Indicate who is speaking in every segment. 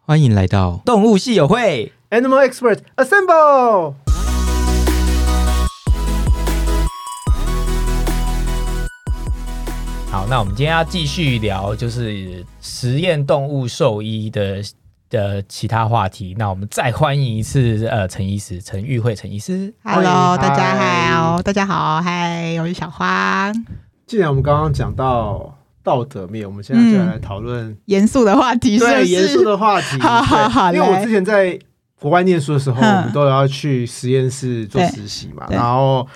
Speaker 1: 欢迎来到动物系友会。
Speaker 2: Animal Expert Assemble！
Speaker 3: 好，那我们今天要继续聊就是实验动物兽医的的其他话题。那我们再欢迎一次呃陈医师，陈玉慧陈医师。
Speaker 4: Hello，
Speaker 2: 欢迎
Speaker 4: 大家
Speaker 2: 嗨
Speaker 4: 好，大家好，嗨，我是小花。
Speaker 2: 既然我们刚刚讲到道德面，我们现在就来讨论
Speaker 4: 严肃的话题是不
Speaker 2: 对
Speaker 4: 是
Speaker 2: 严肃的话题。
Speaker 4: 好好好
Speaker 2: 对，因为我
Speaker 4: 来
Speaker 2: 之前在国外念书的时候，
Speaker 4: 嗯
Speaker 2: 我们都要去实验室做
Speaker 4: 对
Speaker 2: 实习嘛，
Speaker 4: 对
Speaker 2: 然后。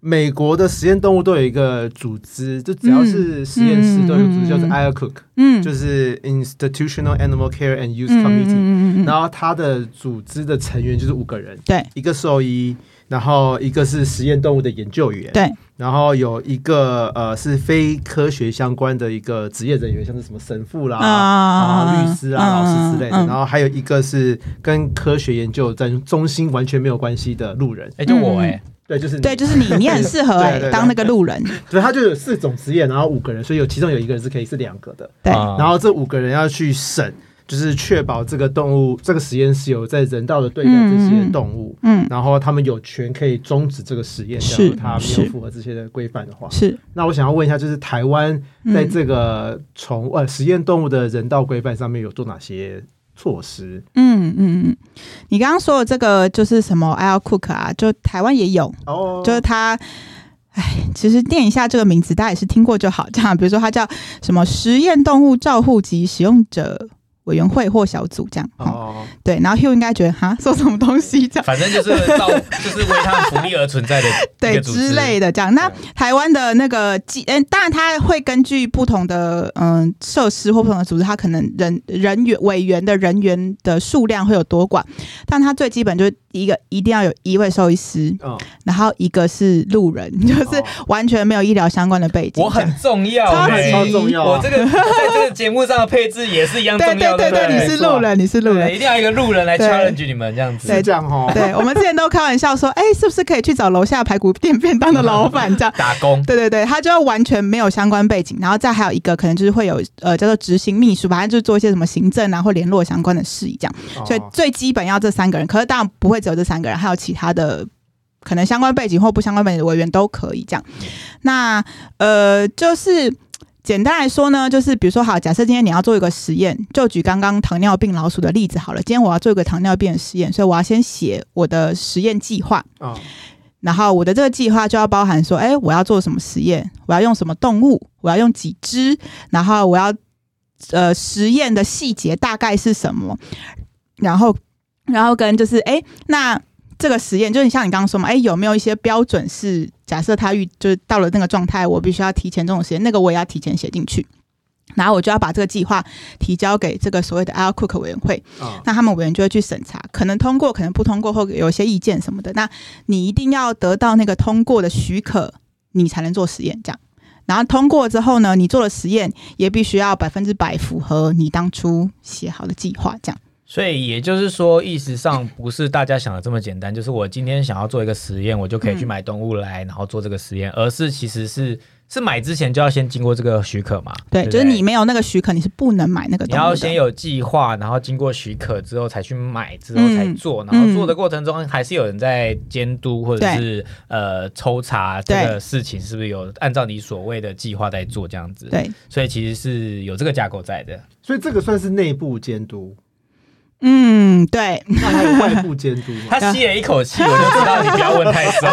Speaker 2: 美国的实验动物都有一个组织，就只要是实验室都有一个组织，
Speaker 4: 嗯
Speaker 2: 叫做
Speaker 4: 嗯嗯
Speaker 2: IACUC，、
Speaker 4: 嗯，
Speaker 2: 就是是 Institutional Animal Care and Use
Speaker 4: 嗯
Speaker 2: Committee、
Speaker 4: 嗯嗯嗯嗯嗯，
Speaker 2: 然后它的组织的成员就是五个人，
Speaker 4: 对
Speaker 2: 一个兽医，然后一个是实验动物的研究员，
Speaker 4: 对，
Speaker 2: 然后有一个呃是非科学相关的一个职业人员，像是什么神父啦、
Speaker 4: 啊
Speaker 2: 然后律师啊、
Speaker 4: 嗯
Speaker 2: 老师之类的，
Speaker 4: 嗯
Speaker 2: 然后还有一个是跟科学研究在中心完全没有关系的路人，
Speaker 3: 哎、就我
Speaker 4: 嗯
Speaker 3: 哎、
Speaker 2: 对，就是你
Speaker 4: 对，就是你，你很适合
Speaker 2: 对对
Speaker 4: 哎、
Speaker 2: 对
Speaker 4: 当那个路人，
Speaker 2: 所以他就有四种职业，然后五个人，所以有其中有一个人是可以是两个的，
Speaker 4: 对，
Speaker 3: 啊
Speaker 2: 然后这五个人要去审，就是确保这个动物这个实验室有在人道的对待这些
Speaker 4: 嗯嗯嗯
Speaker 2: 动物。
Speaker 4: 嗯，
Speaker 2: 然后他们有权可以终止这个实验，
Speaker 4: 是
Speaker 2: 假如他没
Speaker 4: 是
Speaker 2: 有符合这些的规范的话。
Speaker 4: 是，
Speaker 2: 那我想要问一下，就是台湾
Speaker 4: 嗯
Speaker 2: 在这个宠呃实验动物的人道规范上面有做哪些措施？
Speaker 4: 嗯嗯嗯嗯，你刚刚说的这个就是什么 L Cook 啊，就台湾也有，
Speaker 2: 哦
Speaker 4: 就是他。哎，其实念一下这个名字，大家也是听过就好。这样，比如说它叫什么实验动物照护及使用者委员会或小组这样。哦，
Speaker 2: 哦，
Speaker 4: 对，然后 Hugh 应该觉得哈，说什么东西这样。
Speaker 3: 反正就是 到就是为他们福利而存在的一
Speaker 4: 对
Speaker 3: 个组织
Speaker 4: 之类的这样。那台湾的那个机，嗯，当然它会根据不同的嗯设施或不同的组织，它可能人人员委员的人员的数量会有多寡，但它最基本就是一个一定要有一位兽医师，
Speaker 2: 嗯，
Speaker 4: 然后一个是路人， 就是
Speaker 2: 哦
Speaker 4: 完全没有医疗相关的背景。
Speaker 3: 我很重要、
Speaker 4: 超
Speaker 3: 哎
Speaker 4: 级
Speaker 2: 超重要啊，
Speaker 3: 我这个在这个节目上的配置也是一样重
Speaker 4: 对对
Speaker 3: 要的，对
Speaker 4: 对
Speaker 3: 不
Speaker 4: 对，
Speaker 3: 对
Speaker 4: 你是路人，你是路
Speaker 3: 对，
Speaker 4: 人。
Speaker 3: 一定要一个路人来
Speaker 4: 对
Speaker 3: challenge 你们这样子
Speaker 4: 对
Speaker 2: 是这样哦。
Speaker 4: 对，我们之前都开玩笑说，哎、是不是可以去找楼下排骨店便当的老板这样？
Speaker 3: 打工。
Speaker 4: 对对对，他就要完全没有相关背景，然后再还有一个可能就是会有呃叫做执行秘书，反正就是做一些什么行政啊或联络相关的事宜这样。
Speaker 2: 哦
Speaker 4: 所以最基本要这三个人，可是当然不会只有这三个人，还有其他的可能相关背景或不相关背景的委员都可以这样。那呃，就是简单来说呢，就是比如说好，假设今天你要做一个实验，就举刚刚糖尿病老鼠的例子好了。今天我要做一个糖尿病的实验，所以我要先写我的实验计划。
Speaker 2: 哦
Speaker 4: 然后我的这个计划就要包含说，哎，我要做什么实验，我要用什么动物，我要用几只，然后我要呃实验的细节大概是什么，然后然后跟就是哎，那这个实验就是像你刚刚说嘛，哎，有没有一些标准是假设他遇就是到了那个状态，我必须要提前这种实验，那个我也要提前写进去。然后我就要把这个计划提交给这个所谓的 L Cook 委员会，
Speaker 2: 哦
Speaker 4: 那他们委员就会去审查，可能通过，可能不通过，或有一些意见什么的。那你一定要得到那个通过的许可，你才能做实验这样。然后通过之后呢，你做的实验也必须要百分之百符合你当初写好的计划，这样。
Speaker 3: 所以也就是说，意识上不是大家想的这么简单，就是我今天想要做一个实验，我就可以去
Speaker 4: 嗯
Speaker 3: 买动物来，然后做这个实验，而是其实是是买之前就要先经过这个许可嘛？
Speaker 4: 对，
Speaker 3: 不
Speaker 4: 就是你没有那个许可，你是不能买那个
Speaker 3: 你
Speaker 4: 东西的。
Speaker 3: 要先有计划，然后经过许可之后才去买，之后
Speaker 4: 嗯
Speaker 3: 才做，
Speaker 4: 嗯
Speaker 3: 然后做的过程中还是有人在监督或者
Speaker 4: 对
Speaker 3: 是呃抽查这个事情是不是有按照你所谓的计划在做这样子。，
Speaker 4: 对，
Speaker 3: 所以其实是有这个架构在的。
Speaker 2: 所以这个算是内部监督，
Speaker 4: 嗯，对，
Speaker 2: 那还有外部监督吗？
Speaker 3: 他吸了一口气，我就知道你不要问太深。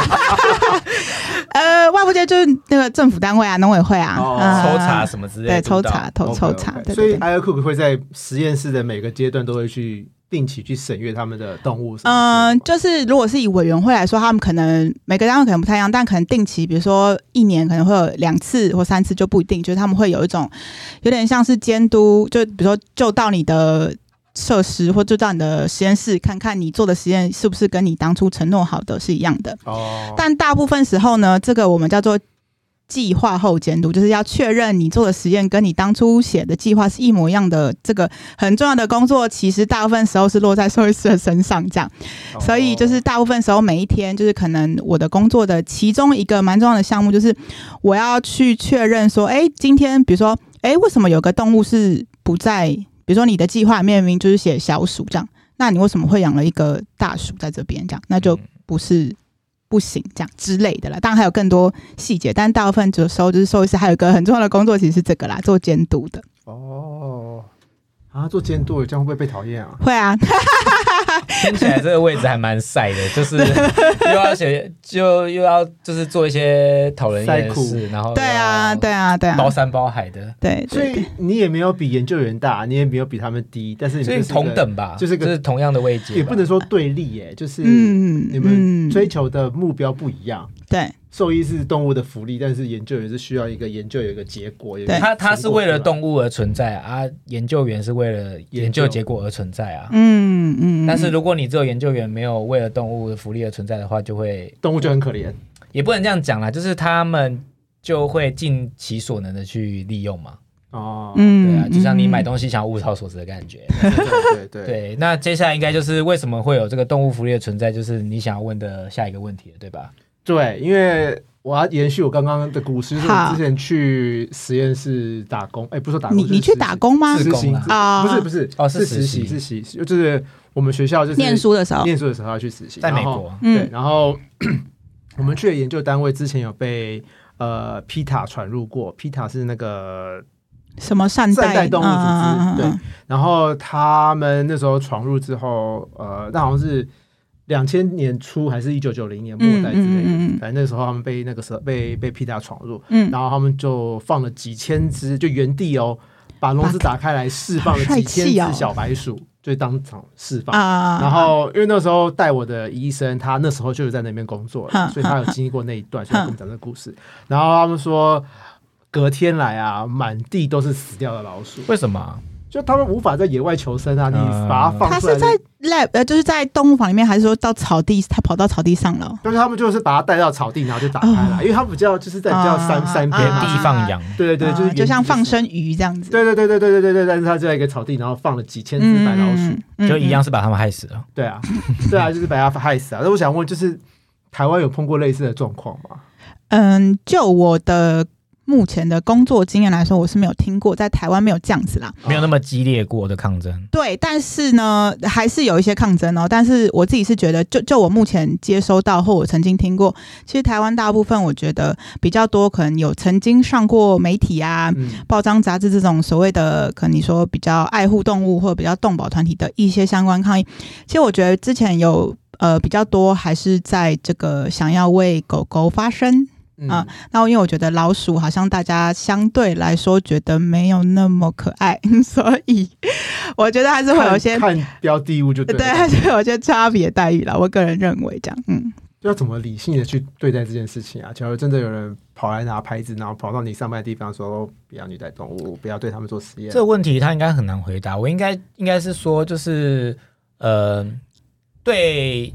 Speaker 4: 呃，外部界就是那个政府单位啊，农委会啊，
Speaker 2: 哦
Speaker 4: 呃
Speaker 3: 抽查什么之类的
Speaker 4: 对，抽
Speaker 3: 督导
Speaker 4: 查，抽
Speaker 2: OK，OK
Speaker 4: 抽查，对
Speaker 2: 所以
Speaker 4: 对对
Speaker 2: i o c o o 会在实验室的每个阶段都会去定期去审阅他们的动物什么
Speaker 4: 嗯
Speaker 2: 之类，的吗。
Speaker 4: 就是如果是以委员会来说，他们可能每个单位可能不太一样，但可能定期，比如说一年可能会有两次或三次，就不一定。就是他们会有一种有点像是监督，就比如说就到你的设施或就到你的实验室，看看你做的实验是不是跟你当初承诺好的是一样的。
Speaker 2: 哦，
Speaker 4: 但大部分时候呢，这个我们叫做计划后监督，就是要确认你做的实验跟你当初写的计划是一模一样的。这个很重要的工作，其实大部分时候是落在兽医师的身上，这样。
Speaker 2: 哦
Speaker 4: 所以就是大部分时候，每一天就是可能我的工作的其中一个蛮重要的项目，就是我要去确认说，哎，今天比如说，哎，为什么有个动物是不在比如说你的计划里面明明就是写小鼠这样，那你为什么会养了一个大鼠在这边这样？那
Speaker 2: 嗯
Speaker 3: 嗯
Speaker 4: 就不是不行这样之类的啦。当然还有更多细节，但大部分的时候就是兽医师还有一个很重要的工作，其实是这个啦，做监督的。
Speaker 2: 哦，啊，做监督这样会不会被讨厌啊？
Speaker 4: 会啊，
Speaker 3: 听起来这个位置还蛮晒的，就是又要写，就又要就是做一些讨人厌的
Speaker 2: 塞
Speaker 3: 事，然后
Speaker 4: 对
Speaker 2: 哦
Speaker 4: 啊，对啊，对啊，
Speaker 3: 包山包海的，
Speaker 4: 对，
Speaker 2: 所
Speaker 4: 对
Speaker 2: 以你也没有比研究员大，你也没有比他们低，但是你
Speaker 3: 所
Speaker 2: 们
Speaker 3: 以
Speaker 2: 就是一个
Speaker 3: 同，等吧，
Speaker 2: 就是个
Speaker 3: 就是同样的位阶吧，
Speaker 2: 也不能说对立耶、就是
Speaker 4: 嗯
Speaker 2: 你们
Speaker 4: 嗯
Speaker 2: 追求的目标不一样。
Speaker 4: 对
Speaker 2: 兽医是动物的福利，但是研究员是需要一个研究有一个结果。有一个
Speaker 4: 对
Speaker 3: 他他是为了
Speaker 2: 成果出来
Speaker 3: 动物而存在啊，研究员是为了研究结果而存在啊。
Speaker 4: 嗯嗯，
Speaker 3: 但是如果你只有研究员没有为了动物的福利而存在的话，就会
Speaker 2: 动物就很可怜。
Speaker 3: 也不能这样讲啦，就是他们就会尽其所能的去利用嘛。
Speaker 2: 哦，
Speaker 3: 对
Speaker 4: 嗯，
Speaker 3: 啊，就像你买
Speaker 4: 嗯
Speaker 3: 东西想要物超所值的感觉。
Speaker 2: 对对对对，
Speaker 3: 对，那接下来应该就是为什么会有这个动物福利的存在，就是你想要问的下一个问题了，对吧？
Speaker 2: 对，因为我要延续我刚刚的故事，就是我
Speaker 4: 好
Speaker 2: 之前去实验室打工，哎，不是说打工，
Speaker 4: 你
Speaker 2: 就是
Speaker 4: 嗯你
Speaker 2: 实
Speaker 4: 去
Speaker 2: 习
Speaker 4: 打工吗
Speaker 3: 是？
Speaker 2: 实习
Speaker 3: 啊
Speaker 4: 啊
Speaker 2: 不是不是，
Speaker 3: 哦是
Speaker 2: 是
Speaker 3: 实习
Speaker 2: 是实习，就是我们学校就是
Speaker 4: 念书的时候，
Speaker 2: 念书的时候要去实习，
Speaker 3: 在美
Speaker 2: 然后
Speaker 3: 国，
Speaker 2: 对，
Speaker 4: 嗯
Speaker 2: 然后 我们去的研究单位之前有被呃 PETA 传入过，PETA 是那个，
Speaker 4: 什么善
Speaker 2: 善待
Speaker 4: 待
Speaker 2: 动物之资
Speaker 4: 嗯嗯嗯嗯
Speaker 2: 然后他们那时候闯入之后，呃，那好像是两千年初还是一九九零年末代之类的，
Speaker 4: 嗯嗯嗯嗯
Speaker 2: 反正那时候他们被那个时候被被 PETA 闯入，
Speaker 4: 嗯
Speaker 2: 然后他们就放了几千只，就原地哦，把笼子打开来释放了
Speaker 4: 好
Speaker 2: 几
Speaker 4: 帅
Speaker 2: 千
Speaker 4: 气哦
Speaker 2: 只小白鼠，就当场释放。
Speaker 4: 啊，
Speaker 2: 然后，因为那时候带我的医生，他那时候就是在那边工作了，
Speaker 4: 哼
Speaker 2: 所以他有经历过那一段，所以他跟我们讲这个故事。然后他们说，隔天来啊，满地都是死掉的老鼠，
Speaker 3: 为什么啊？
Speaker 2: 就他们无法在野外求生啊，你
Speaker 3: 嗯
Speaker 2: 把它放
Speaker 4: 他
Speaker 2: 出来
Speaker 4: 是
Speaker 2: 就，
Speaker 4: 在 lab 呃，就是在动物房里面，还是说到草地？他跑到草地上了？
Speaker 2: 但是他们就是把它带到草地，然后就打开
Speaker 4: 哦
Speaker 2: 来，因为他比较就是在比较山
Speaker 4: 啊
Speaker 2: 山边
Speaker 3: 原
Speaker 2: 嘛，
Speaker 3: 地放羊，
Speaker 2: 对对对，就是
Speaker 4: 啊就像放
Speaker 2: 生，
Speaker 4: 生鱼这样子。
Speaker 2: 对对对对对对对对，但是他就在一个草地，然后放了几千只
Speaker 4: 嗯，
Speaker 2: 白老鼠，
Speaker 4: 嗯，嗯哦
Speaker 3: 就一样。是把他们害死了。
Speaker 2: 对啊，对啊，就是把它害死啊。那我想问，就是台湾有碰过类似的状况吗？
Speaker 4: 嗯，嗯就我的目前的工作经验来说，我是没有听过，在台湾没有这样子啦。
Speaker 3: 没有那么激烈过的抗争。
Speaker 4: 对，但是呢，还是有一些抗争哦。但是我自己是觉得，就就我目前接收到或我曾经听过，其实台湾大部分我觉得比较多，可能有曾经上过媒体啊，
Speaker 2: 嗯，
Speaker 4: 报章杂志这种所谓的，可能你说比较爱护动物或者比较动保团体的一些相关抗议，其实我觉得之前有呃比较多还是在这个想要为狗狗发声。
Speaker 2: 嗯
Speaker 4: 啊那因为我觉得老鼠好像大家相对来说觉得没有那么可爱， 所以我觉得还是会有一些。
Speaker 2: 看看标的物就对
Speaker 4: 对，
Speaker 2: 了，
Speaker 4: 还是会有一些差别待遇啦。我个人认为这样，嗯，
Speaker 2: 要怎么理性的去对待这件事情啊？假如真的有人跑来拿牌子，然后跑到你上班的地方说哦不要虐待动物，不要对他们做实验
Speaker 3: 这，个问题他应该很难回答。我应该应该是说，就是呃，对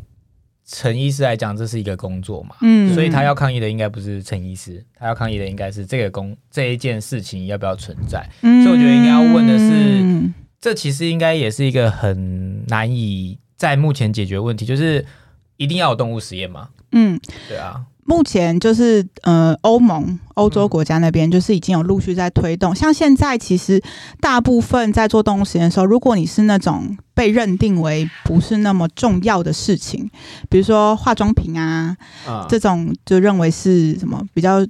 Speaker 3: 陈医师来讲，这是一个工作嘛，
Speaker 4: 嗯
Speaker 3: 所以他要抗议的应该不是陈医师，他要抗议的应该是这个工这一件事情要不要存在。
Speaker 4: 所
Speaker 3: 所以我觉得应该要问的是
Speaker 4: 嗯
Speaker 3: 这其实应该也是一个很难以在目前解决问题，就是一定要有动物实验嘛？
Speaker 4: 嗯，
Speaker 3: 对啊，
Speaker 4: 目前就是呃，欧盟欧洲国家那边就是已经有陆续在推动，像现在其实大部分在做动物实验的时候，如果你是那种被认定为不是那么重要的事情，比如说化妆品啊
Speaker 2: 啊，
Speaker 4: 这种，就认为是什么比较。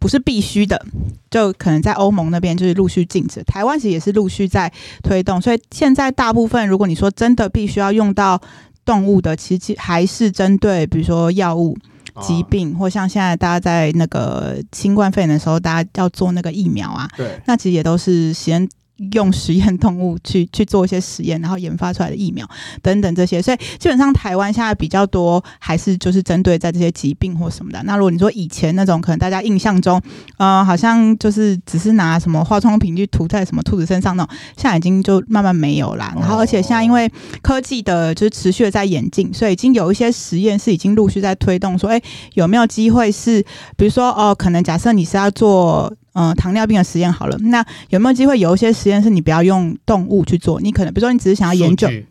Speaker 4: 不是必须的，就可能在欧盟那边就是陆续禁止，台湾其实也是陆续在推动，所以现在大部分如果你说真的必须要用到动物的，其实还是针对比如说药物
Speaker 2: 啊
Speaker 4: 疾病，或像现在大家在那个新冠肺炎的时候，大家要做那个疫苗啊，
Speaker 2: 对，
Speaker 4: 那其实也都是实验用实验动物去去做一些实验，然后研发出来的疫苗等等这些，所以基本上台湾现在比较多呃还是就是针对在这些疾病或什么的。那如果你说以前那种可能大家印象中，呃，好像就是只是拿什么化妆品去涂在什么兔子身上那种，现在已经就慢慢没有啦。然后而且现在因为科技的就是持续的在演进，所以已经有一些实验室已经陆续在推动说，哎，有没有机会是比如说哦，可能假设你是要做呃糖尿病的实验好了，啊那有没有机会有一些实验是你不要用动物去做，你可能比如说你只是想要研究
Speaker 3: 数据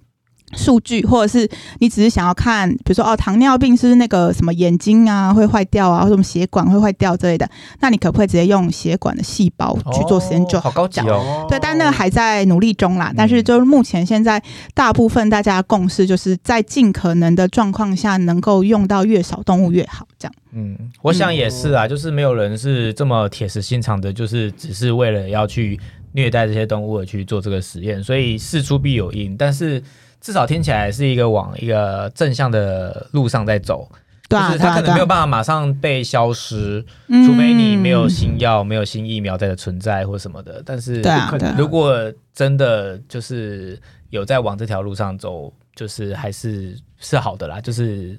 Speaker 4: 数据，或者是你只是想要看，比如说哦，糖尿病是不是那个什么眼睛啊会坏掉啊，或者什么血管会坏掉之类的，那你可不可以直接用血管的细胞去做实验就
Speaker 3: 哦好高级哦，
Speaker 4: 对，但那个还在努力中啦。但是就是目前现在大部分大家的共识就是在尽可能的状况下，能够用到越少动物越好，这样。
Speaker 3: 嗯，我想也是啊，就是没有人是这么铁石心肠的，就是只是为了要去虐待这些动物而去做这个实验，所以事出必有因，但是。至少听起来是一个往一个正向的路上在走，就
Speaker 4: 对啊，
Speaker 3: 是
Speaker 4: 对
Speaker 3: 它
Speaker 4: 啊，
Speaker 3: 可
Speaker 4: 对
Speaker 3: 能
Speaker 4: 啊
Speaker 3: 没有，办法马上被消失，
Speaker 4: 嗯
Speaker 3: 除非你没有新药、没有新疫苗在的存在或什么的。但是
Speaker 4: 对啊
Speaker 2: 不可，能
Speaker 4: 对啊
Speaker 3: 如果真的就是有在往这条路上走，就是还是是好的啦，就是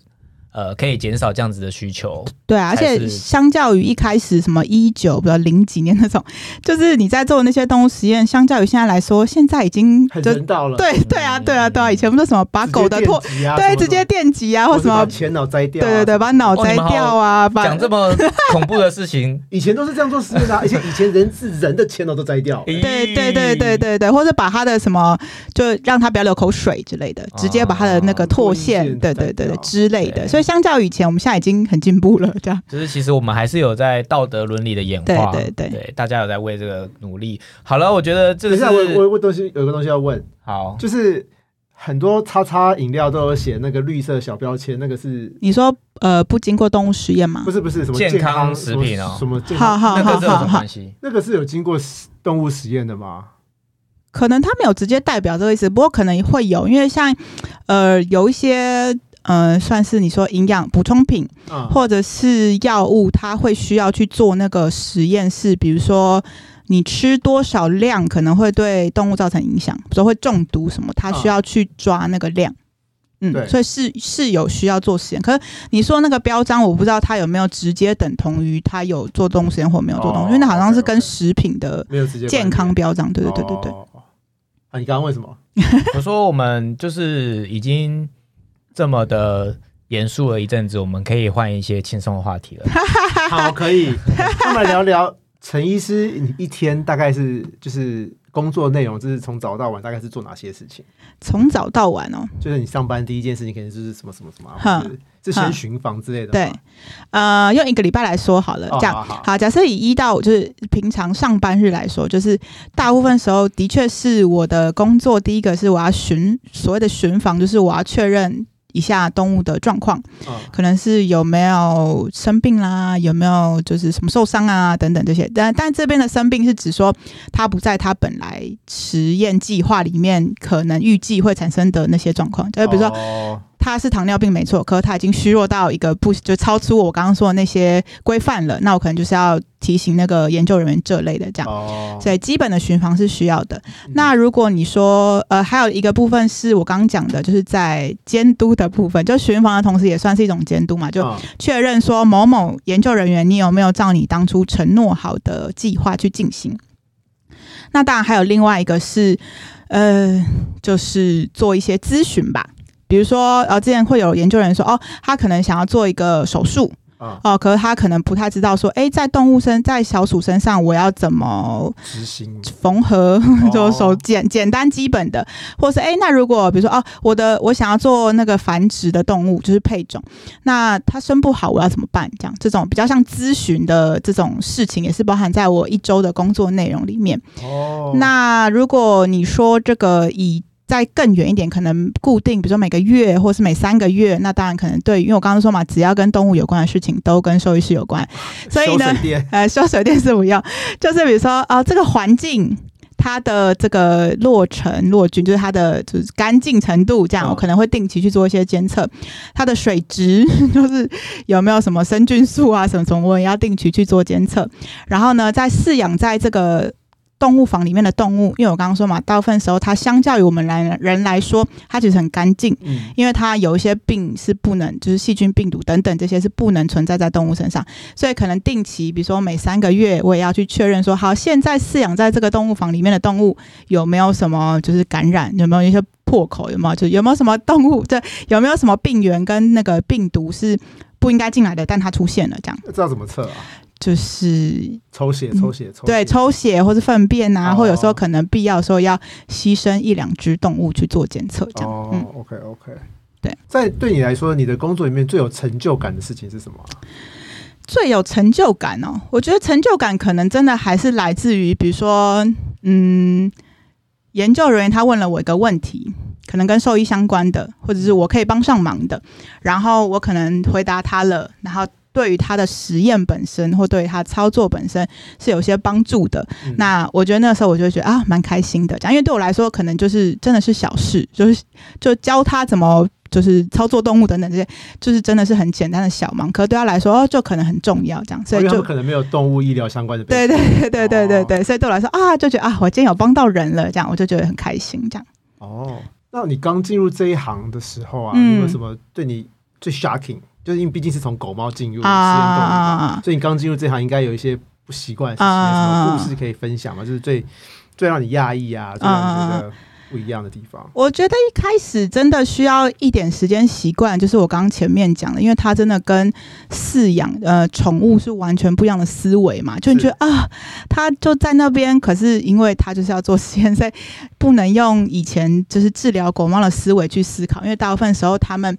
Speaker 3: 呃可以减少这样子的需求。
Speaker 4: 对啊，而
Speaker 3: 还
Speaker 4: 且
Speaker 3: 是
Speaker 4: 相较于一开始什么一九，比如零几年那种， 就是你在做那些动物实验，相较于现在来说，现在已经
Speaker 2: 很
Speaker 4: 就
Speaker 2: 人道了，
Speaker 4: 对对啊，对
Speaker 3: 嗯
Speaker 4: 啊，对啊，以前不是什么把
Speaker 2: 直接
Speaker 4: 狗的
Speaker 2: 电
Speaker 4: 唾，
Speaker 2: 击啊，什
Speaker 4: 对，
Speaker 2: 么
Speaker 4: 直接电击啊，
Speaker 2: 什么
Speaker 4: 或
Speaker 2: 或
Speaker 4: 什
Speaker 2: 者把
Speaker 4: 么，
Speaker 2: 前脑摘掉啊，，
Speaker 4: 对对对，把脑
Speaker 3: 哦
Speaker 4: 摘
Speaker 3: 你们好
Speaker 4: 掉啊，把
Speaker 3: 讲这么恐怖的事 情
Speaker 2: 以前都是这样做实验的啊，而且以前人是人的啊前脑都 摘掉，
Speaker 3: 哎
Speaker 4: 对对对对对
Speaker 3: 嗯
Speaker 4: 对，或者把他的什么，就让他不要流口水之类的，
Speaker 3: 啊
Speaker 4: 直接把他的那个唾
Speaker 2: 唾
Speaker 4: 腺，
Speaker 2: 液
Speaker 4: 对对对
Speaker 2: 对
Speaker 4: 对
Speaker 2: 啊
Speaker 4: 之类的。
Speaker 3: 对
Speaker 4: 所以相较以前，我们现在已经很进步了，这样。
Speaker 3: 就是其实我们还是有在道德伦理的演化，
Speaker 4: 对对对
Speaker 3: 大家有在为这个努力。好了，我觉得这个
Speaker 2: 等一下，我
Speaker 3: 是
Speaker 2: 我我东西有个东西要问，
Speaker 3: 好，
Speaker 2: 就是很多叉叉饮料都有写那个绿色小标签，那个是
Speaker 4: 你说呃，不经过动物实验吗
Speaker 2: 不？是不是什么
Speaker 3: 健康
Speaker 2: 康
Speaker 3: 食品哦
Speaker 2: 什么什么健
Speaker 4: 好
Speaker 2: 康？
Speaker 4: 好
Speaker 3: 那
Speaker 4: 好
Speaker 3: 跟这有什
Speaker 4: 好
Speaker 3: 么
Speaker 4: 好
Speaker 3: 关，系？
Speaker 2: 那个是有经过实动物实验的吗？
Speaker 4: 可能他没有直接代表这个意思，不过可能会有，因为像呃有一些呃算是你说营养补充品，
Speaker 2: 啊，
Speaker 4: 或者是药物，它会需要去做那个实验室，比如说你吃多少量可能会对动物造成影响，比如说会中毒什么，它需要去抓那个量。
Speaker 2: 对
Speaker 4: 嗯，所以是是有需要做实验，可是你说那个标章，我不知道它有没有直接等同于它有做动物实验或没有做动物，
Speaker 2: 哦
Speaker 4: 因为那好像是跟
Speaker 2: OK，OK
Speaker 4: 食品的
Speaker 2: 没有直接关联
Speaker 4: 健康标章，对对对对对，
Speaker 2: 哦啊，你刚刚问什 么？
Speaker 3: 我说我们就是已经这么的严肃了一阵子，我们可以换一些轻松的话题了。
Speaker 2: 好，可以，那我们来聊聊陈医师，你一天大概是就是工作内容，就是从早到晚大概是做哪些事情？
Speaker 4: 从早到晚哦，
Speaker 2: 就是你上班第一件事情，可能就是什么什么什么啊，
Speaker 4: 哼
Speaker 2: 或者是是先巡房之类的
Speaker 4: 对
Speaker 2: 吗。，
Speaker 4: 呃，用一个礼拜来说好了，
Speaker 2: 哦
Speaker 4: 这样
Speaker 2: 好好
Speaker 4: 好，假设以一到就是平常上班日来说，就是大部分时候的确是我的工作，第一个是我要巡所谓的巡访，就是我要确认一下动物的状况，
Speaker 2: 嗯
Speaker 4: 可能是有没有生病啦，有没有就是什么受伤啊等等这些。但但这边的生病是指说它不在它本来实验计划里面可能预计会产生的那些状况，就呃比如说
Speaker 2: 哦
Speaker 4: 他是糖尿病没错，可是他已经虚弱到一个不就超出我刚刚说的那些规范了，那我可能就是要提醒那个研究人员这类的这样。
Speaker 2: 哦，
Speaker 4: 所以基本的巡防是需要的。那如果你说，呃，还有一个部分是我刚刚讲的，就是在监督的部分，就巡防的同时也算是一种监督嘛，就
Speaker 2: 嗯
Speaker 4: 确认说某某研究人员，你有没有照你当初承诺好的计划去进行？那当然还有另外一个是，呃，就是做一些咨询吧。比如说，呃，之前会有研究人员说，哦，他可能想要做一个手术，
Speaker 2: 啊
Speaker 4: 哦、可是他可能不太知道说，诶，在动物身，在小鼠身上，我要怎么
Speaker 2: 执行
Speaker 4: 缝合， 就
Speaker 2: 哦
Speaker 4: 手简简单基本的，或是诶，哎那如果比如说哦，我的我想要做那个繁殖的动物，就是配种，那它生不好我要怎么办？这样这种比较像咨询的这种事情，也是包含在我一周的工作内容里面。
Speaker 2: 哦，
Speaker 4: 那如果你说这个以再更远一点，可能固定，比如说每个月或是每三个月，那当然可能对，因为我刚刚说嘛，只要跟动物有关的事情都跟兽医师有
Speaker 2: 啊
Speaker 4: 关，所以呢
Speaker 2: 修水电
Speaker 4: 呃，修水电是不用，就是比如说啊、呃这个环境。它的这个落尘落菌，就是它的就是干净程度，这样
Speaker 2: 嗯
Speaker 4: 我可能会定期去做一些监测。它的水质 就是有没有什么生菌素啊，什么什么，我也要定期去做监测。然后呢，在饲养在这个动物房里面的动物，因为我刚刚说嘛，大部分时候它相较于我们来人来说，它其实很干净。
Speaker 2: 嗯
Speaker 4: 因为它有一些病是不能，就是细菌、病毒等等这些是不能存在在动物身上，所以可能定期，比如说每三个月，我也要去确认说，好，现在饲养在这个动物房里面的动物有没有什么就是感染，有没有一些破口，有没有就是有没有什么动物，这有没有什么病源跟那个病毒是不应该进来的，但它出现了这样。
Speaker 2: 这要怎么测啊？
Speaker 4: 就是
Speaker 2: 抽血抽血抽血
Speaker 4: 嗯对，抽血或是粪便啊，
Speaker 2: 哦
Speaker 4: 或有时候可能必要的时候要牺牲一两只动物去做检测，这样。
Speaker 2: 哦
Speaker 4: 嗯，
Speaker 2: ，OK OK，
Speaker 4: 对，
Speaker 2: 在对你来说，你的工作里面最有成就感的事情是什么啊？
Speaker 4: 最有成就感哦，我觉得成就感可能真的还是来自于，比如说，嗯，研究人员他问了我一个问题，可能跟兽医相关的，或者是我可以帮上忙的，然后我可能回答他了，然后对于他的实验本身或对于他操作本身是有些帮助的，
Speaker 2: 嗯
Speaker 4: 那我觉得那时候我就会觉得啊，蛮开心的，这样，因为对我来说，可能就是真的是小事，就是就教他怎么就是操作动物等等这些，就是真的是很简单的小忙，可对他来说、哦、就可能很重要，这样，所
Speaker 2: 因
Speaker 4: 以
Speaker 2: 为他
Speaker 4: 就
Speaker 2: 们可能没有动物医疗相关的背景，
Speaker 4: 对对对对对对对，所以对我来说啊，就觉得啊，我今天有帮到人了，这样我就觉得很开心，这样。
Speaker 2: 哦，那你刚进入这一行的时候啊，
Speaker 4: 嗯
Speaker 2: 有没有什么对你最 shocking？就是因为毕竟是从狗猫进入实验动物
Speaker 4: 啊啊啊
Speaker 2: 嘛
Speaker 4: 啊，
Speaker 2: 所以你刚进入这行应该有一些不习惯的事情，
Speaker 4: 啊
Speaker 2: 有
Speaker 4: 啊啊
Speaker 2: 什么故事可以分享吗？就是最最让你讶异啊，最让你觉得不一样的地方。
Speaker 4: 我觉得一开始真的需要一点时间习惯，就是我刚刚前面讲的，因为它真的跟饲养呃宠物是完全不一样的思维嘛，就你觉得啊，它就在那边，可是因为它就是要做实验，所以不能用以前就是治疗狗猫的思维去思考，因为大部分时候它们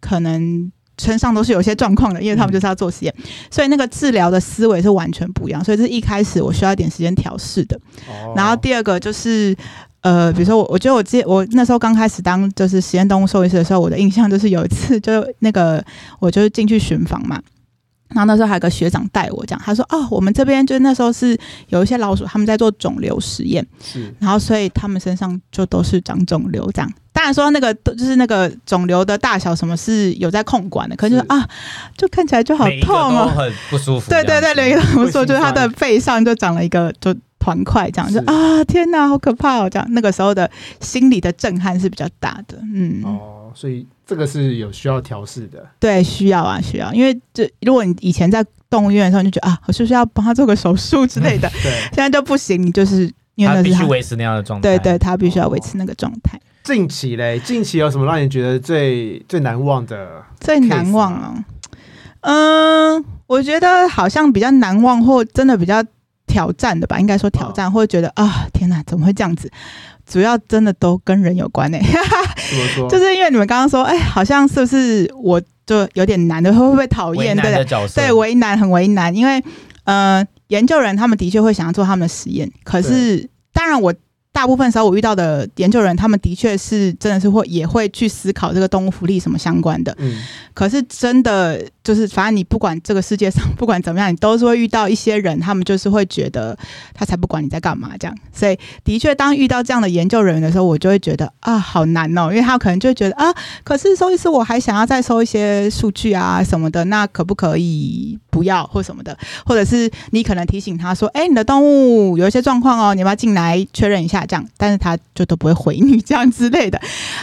Speaker 4: 可能。身上都是有一些状况的，因为他们就是要做实验，所以那个治疗的思维是完全不一样，所以这是一开始我需要一点时间调试的。
Speaker 2: 哦，
Speaker 4: 然后第二个就是，呃，比如说我，我觉得我记，我那时候刚开始当就是实验动物兽医师的时候，我的印象就是有一次，就是那个我就是进去巡房嘛。然后那时候还有个学长带我讲，他说：“哦，我们这边就是那时候是有一些老鼠，他们在做肿瘤实验，
Speaker 2: 是
Speaker 4: 然后所以他们身上就都是长肿瘤这样。当然说那个就是那个肿瘤的大小什么是有在控管的，可是就是
Speaker 2: 是
Speaker 4: 啊，就看起来就好
Speaker 3: 每一个
Speaker 4: 痛
Speaker 3: 都
Speaker 4: 哦，
Speaker 3: 很不舒服。
Speaker 4: 对对对，雷
Speaker 3: 这
Speaker 4: 个
Speaker 3: 样子
Speaker 4: 怎么说？
Speaker 2: 会心
Speaker 4: 就是
Speaker 2: 酸
Speaker 4: 他的背上就长了一个就团块，这样就是啊，天哪，好可怕哦！这样那个时候的心理的震撼是比较大的，嗯，
Speaker 2: 哦，所以这个是有需要调试的。
Speaker 4: 对，需要啊，需要，因为这如果你以前在动物医院的时候，你就觉得啊，我是不是要帮他做个手术之类的？
Speaker 2: 对，
Speaker 4: 现在就不行，你就是因为
Speaker 3: 嗯他
Speaker 4: 那
Speaker 3: 必
Speaker 4: 是
Speaker 3: 须
Speaker 4: 他，
Speaker 3: 维持那样的状态。哦
Speaker 4: 对对，他必须要维持那个状态，
Speaker 2: 近期嘞，近期有什么让你觉得最最难忘的？
Speaker 4: 最难忘
Speaker 2: case
Speaker 4: 哦。嗯，我觉得好像比较难忘或真的比较挑战的吧，应该说挑
Speaker 3: 哦
Speaker 4: 战，或者觉得啊，天哪，怎么会这样子？主要真的都跟人有关呢、欸
Speaker 3: 哦
Speaker 2: 怎么说？
Speaker 4: 就是因为你们刚刚说，哎、好像是不是我就有点难的，会不会讨
Speaker 3: 为
Speaker 4: 厌？
Speaker 3: 难
Speaker 4: 对
Speaker 3: 的
Speaker 4: 对
Speaker 3: 角色，
Speaker 4: 对，为难，很为难，因为呃，研究人他们的确会想要做他们的实验，可是当然我。大部分时候我遇到的研究人，他们的确是真的是会也会去思考这个动物福利什么相关的，
Speaker 2: 嗯，
Speaker 4: 可是真的就是，反正你不管这个世界上 不管怎么样，你都是会遇到一些人，他们就是会觉得他才不管你在干嘛这样。所以的确，当遇到这样的研究人员的时候，我就会觉得啊，好难哦，因为他可能就会觉得啊，可是收一次我还想要再收一些数据啊什么的，那可不可以不要或什么的？或者是你可能提醒他说，哎、你的动物有一些状况哦，你要不要进来确认一下这样？但是他就都不会回你 这样之类的。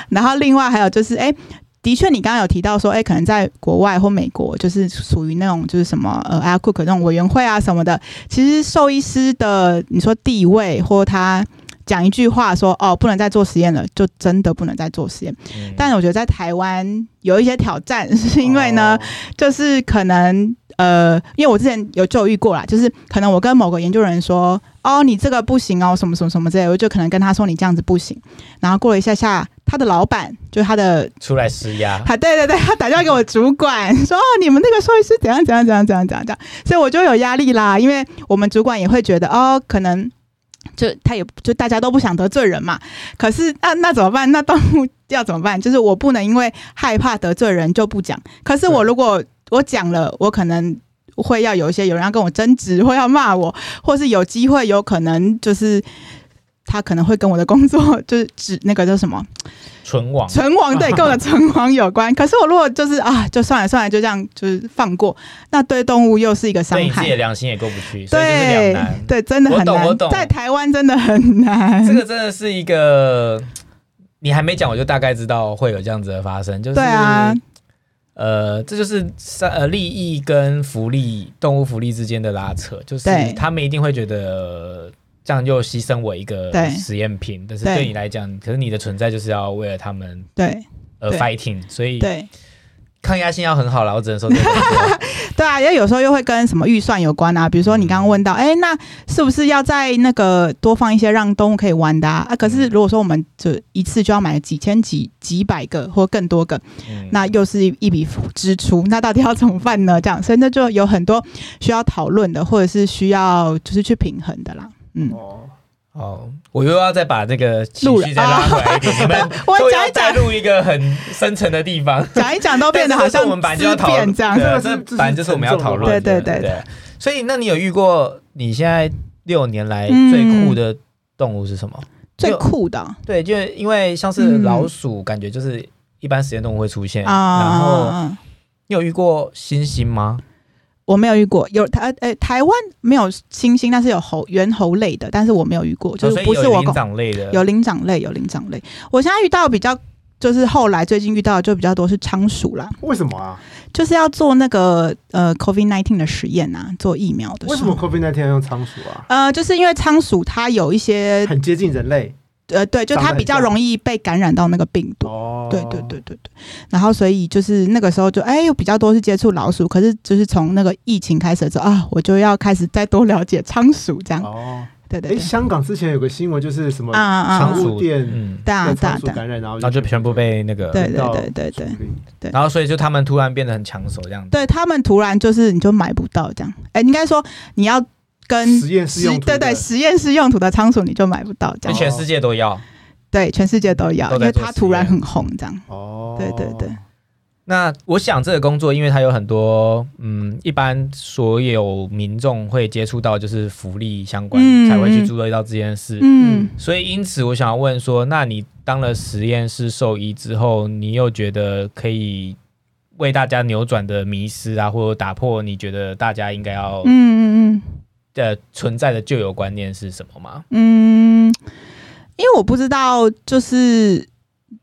Speaker 4: 然后另外还有就是，哎、的确，你刚刚有提到说，哎、可能在国外或美国，就是属于那种就是什么呃 i c o o k 那种委员会啊什么的。其实兽医师的你说地位或他讲一句话说哦不能再做实验了，就真的不能再做实验。
Speaker 3: 嗯
Speaker 4: 但我觉得在台湾有一些挑战，是因为
Speaker 2: 哦
Speaker 4: 呢，就是可能呃，因为我之前有就有遇过啦，就是可能我跟某个研究人员说，哦，你这个不行哦，什么什么什么之类的，我就可能跟他说你这样子不行。然后过了一下下，他的老板就是他的
Speaker 3: 出来施压，
Speaker 4: 啊，对对对，他打电话给我主管 说，哦你们那个兽医师怎样怎样怎样怎样怎样怎样，所以我就有压力啦，因为我们主管也会觉得哦，可能就他也就大家都不想得罪人嘛，可是那那怎么办？那动物 要怎么办？就是我不能因为害怕得罪人就不讲，可是我
Speaker 2: 对
Speaker 4: 如果我讲了，我可能。会要有一些有人要跟我争执，或要骂我，或是有机会有可能就是他可能会跟我的工作 就是指那个叫什么
Speaker 3: 纯网
Speaker 4: 存亡对，跟我的存亡有 关。可是我如果就是啊，就算了算了，就这样就是放过，那对动物又是一个伤
Speaker 3: 对你自己的
Speaker 4: 害。
Speaker 3: 良心也过不去，所以就是两
Speaker 4: 对
Speaker 3: 难。
Speaker 4: 对，真的很
Speaker 3: 我懂我
Speaker 4: 难
Speaker 3: 懂，
Speaker 4: 在台湾真的很难。
Speaker 3: 这个真的是一个，你还没讲我就大概知道会有这样子的发生，就是
Speaker 4: 对啊，
Speaker 3: 呃，这就是三呃利益跟福利、动物福利之间的拉扯，就是
Speaker 4: 对
Speaker 3: 他们一定会觉得这样就牺牲我一个
Speaker 4: 对
Speaker 3: 实验品，但是
Speaker 4: 对
Speaker 3: 对你来讲，可是你的存在就是要为了他们
Speaker 4: 对
Speaker 3: 而
Speaker 4: 对
Speaker 3: fighting，所以
Speaker 4: 对
Speaker 3: 抗压性要很好啦，我只能说这个
Speaker 4: 对啊，因为有时候又会跟什么预算有关啊，比如说你刚刚问
Speaker 3: 嗯
Speaker 4: 到，哎、那是不是要在那个多放一些让动物可以玩的啊？啊可
Speaker 3: 嗯
Speaker 4: 是如果说我们就一次就要买几千几几百个或更多个，
Speaker 3: 嗯
Speaker 4: 那又是一笔支出，那到底要怎么办呢？这样，所以那就有很多需要讨论的，或者是需要就是去平衡的啦。嗯，
Speaker 2: 哦，
Speaker 3: 哦，我又要再把这个情
Speaker 4: 路
Speaker 3: 绪
Speaker 4: 人
Speaker 3: 再拉回来一点，你们
Speaker 4: 我
Speaker 3: 都
Speaker 4: 讲
Speaker 3: 要
Speaker 4: 一
Speaker 3: 带
Speaker 4: 讲
Speaker 3: 入一个很深层的地方。
Speaker 4: 讲一 讲都变得好
Speaker 3: 但是
Speaker 4: 像
Speaker 3: 这是我们本来就要讨
Speaker 4: 思辨
Speaker 3: 论
Speaker 4: 这样
Speaker 3: 对。啊
Speaker 2: 这个是
Speaker 3: 这反正就是我们要讨论的。
Speaker 4: 这是沉重的
Speaker 3: 对
Speaker 4: 对对
Speaker 3: 所以，那你有遇过你现在六年来
Speaker 4: 嗯
Speaker 3: 最酷的动物是什么？
Speaker 4: 最
Speaker 3: 就
Speaker 4: 酷的啊
Speaker 3: 对，就因为像是老鼠，感觉就是一般实验动物会出现。然后，
Speaker 4: 啊！
Speaker 3: 你有遇过猩猩吗？
Speaker 4: 我没有遇过，有台呃台湾没有猩猩，但是有猴猿猴类的，但是我没有遇过，就
Speaker 3: 哦
Speaker 4: 是
Speaker 3: 所以
Speaker 4: 不是
Speaker 3: 有
Speaker 4: 我
Speaker 3: 灵
Speaker 4: 公
Speaker 3: 长类的，
Speaker 4: 有灵长类，有灵长类。我现在遇到比较，就是后来最近遇到的就比较多是仓鼠啦，
Speaker 2: 为什么啊？
Speaker 4: 就是要做那个呃 COVID nineteen 的实验啊，做疫苗的时候。
Speaker 2: 为什么 COVID 那天用仓鼠啊？
Speaker 4: 呃，就是因为仓鼠它有一些
Speaker 2: 很接近人类
Speaker 4: 呃，对，就
Speaker 2: 长得
Speaker 4: 它
Speaker 2: 很
Speaker 4: 比较
Speaker 2: 像
Speaker 4: 容易被感染到那个病毒。
Speaker 2: 哦，
Speaker 4: 对对对对对，然后所以就是那个时候就哎、比较多是接触老鼠，可是就是从那个疫情开始之后啊，我就要开始再多了解仓鼠这样。
Speaker 2: 哦，
Speaker 4: 对对
Speaker 2: 哎，
Speaker 4: 对，
Speaker 2: 香港之前有个新闻，就是什么
Speaker 4: 啊啊啊
Speaker 2: 仓
Speaker 3: 仓
Speaker 2: 鼠
Speaker 3: 鼠
Speaker 2: 店
Speaker 3: 嗯，
Speaker 4: 对啊
Speaker 2: 被
Speaker 4: 对
Speaker 2: 仓
Speaker 4: 啊
Speaker 2: 鼠
Speaker 4: 对啊，
Speaker 2: 感染，然后
Speaker 3: 然后就全部被那个，
Speaker 4: 对对
Speaker 2: 到
Speaker 4: 对对对
Speaker 2: 处理
Speaker 3: 然后所以就他们突然变得很抢手这样子。
Speaker 4: 对他们突然就是你就买不到这样。哎、应该说你要跟
Speaker 2: 实验室用
Speaker 4: 实
Speaker 2: 途
Speaker 4: 对
Speaker 2: 的
Speaker 4: 对实验室用途的仓鼠你就买不到
Speaker 3: 就
Speaker 4: 这样，
Speaker 3: 全世界都要。
Speaker 4: 对，全世界都要，
Speaker 3: 都
Speaker 4: 因
Speaker 3: 在
Speaker 4: 为
Speaker 3: 做
Speaker 4: 它
Speaker 3: 实
Speaker 4: 突然
Speaker 3: 验
Speaker 4: 很红这样。
Speaker 2: 哦，
Speaker 4: 对对对，
Speaker 3: 那我想这个工作，因为它有很多，嗯，一般所有民众会接触到，就是福利相关，
Speaker 4: 嗯
Speaker 3: 才会去注意到这件事。
Speaker 4: 嗯，
Speaker 3: 所以，因此我想要问说，那你当了实验室兽医之后，你又觉得可以为大家扭转的迷失啊，或者打破你觉得大家应该要
Speaker 4: 嗯嗯
Speaker 3: 的存在的旧有观念是什么吗？
Speaker 4: 嗯嗯，因为我不知道，就是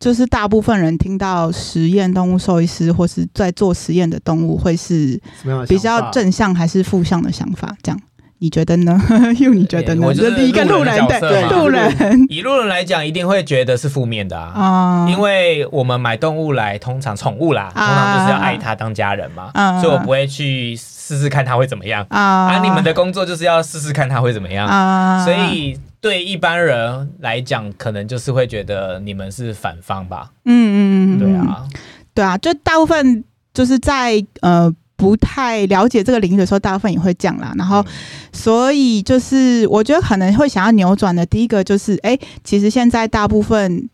Speaker 4: 就是大部分人听到实验动物兽医师或是在做实验的动物，会是
Speaker 2: 什么样的
Speaker 4: 比
Speaker 2: 想
Speaker 4: 较
Speaker 2: 法
Speaker 4: 正向还是负向的想法？这样你觉得呢？ 又你觉得呢？
Speaker 3: 哎我就是
Speaker 4: 第一个
Speaker 3: 路
Speaker 4: 路
Speaker 3: 人
Speaker 4: 人
Speaker 3: 角
Speaker 4: 对
Speaker 3: 色
Speaker 2: 嘛
Speaker 4: 路人
Speaker 3: 以路人来讲，一定会觉得是负面的啊。
Speaker 4: 啊，
Speaker 3: 因为我们买动物来，通常宠物啦，通常就是要爱它当家人嘛，
Speaker 4: 啊
Speaker 3: 所以我不会去试试看它会怎么样。
Speaker 4: 啊
Speaker 3: 啊，你们的工作就是要试试看它会怎么样，
Speaker 4: 啊，
Speaker 3: 所以对一般人来讲，可能就是会觉得你们是反方吧？
Speaker 4: 嗯嗯嗯，嗯
Speaker 3: 对，啊，
Speaker 4: 对啊，就大部分就是在呃不太了解这个领域的时候，大部分也会这样啦。然后，所以就是我觉得可能会想要扭转的第一个就是，哎、其实现在大部分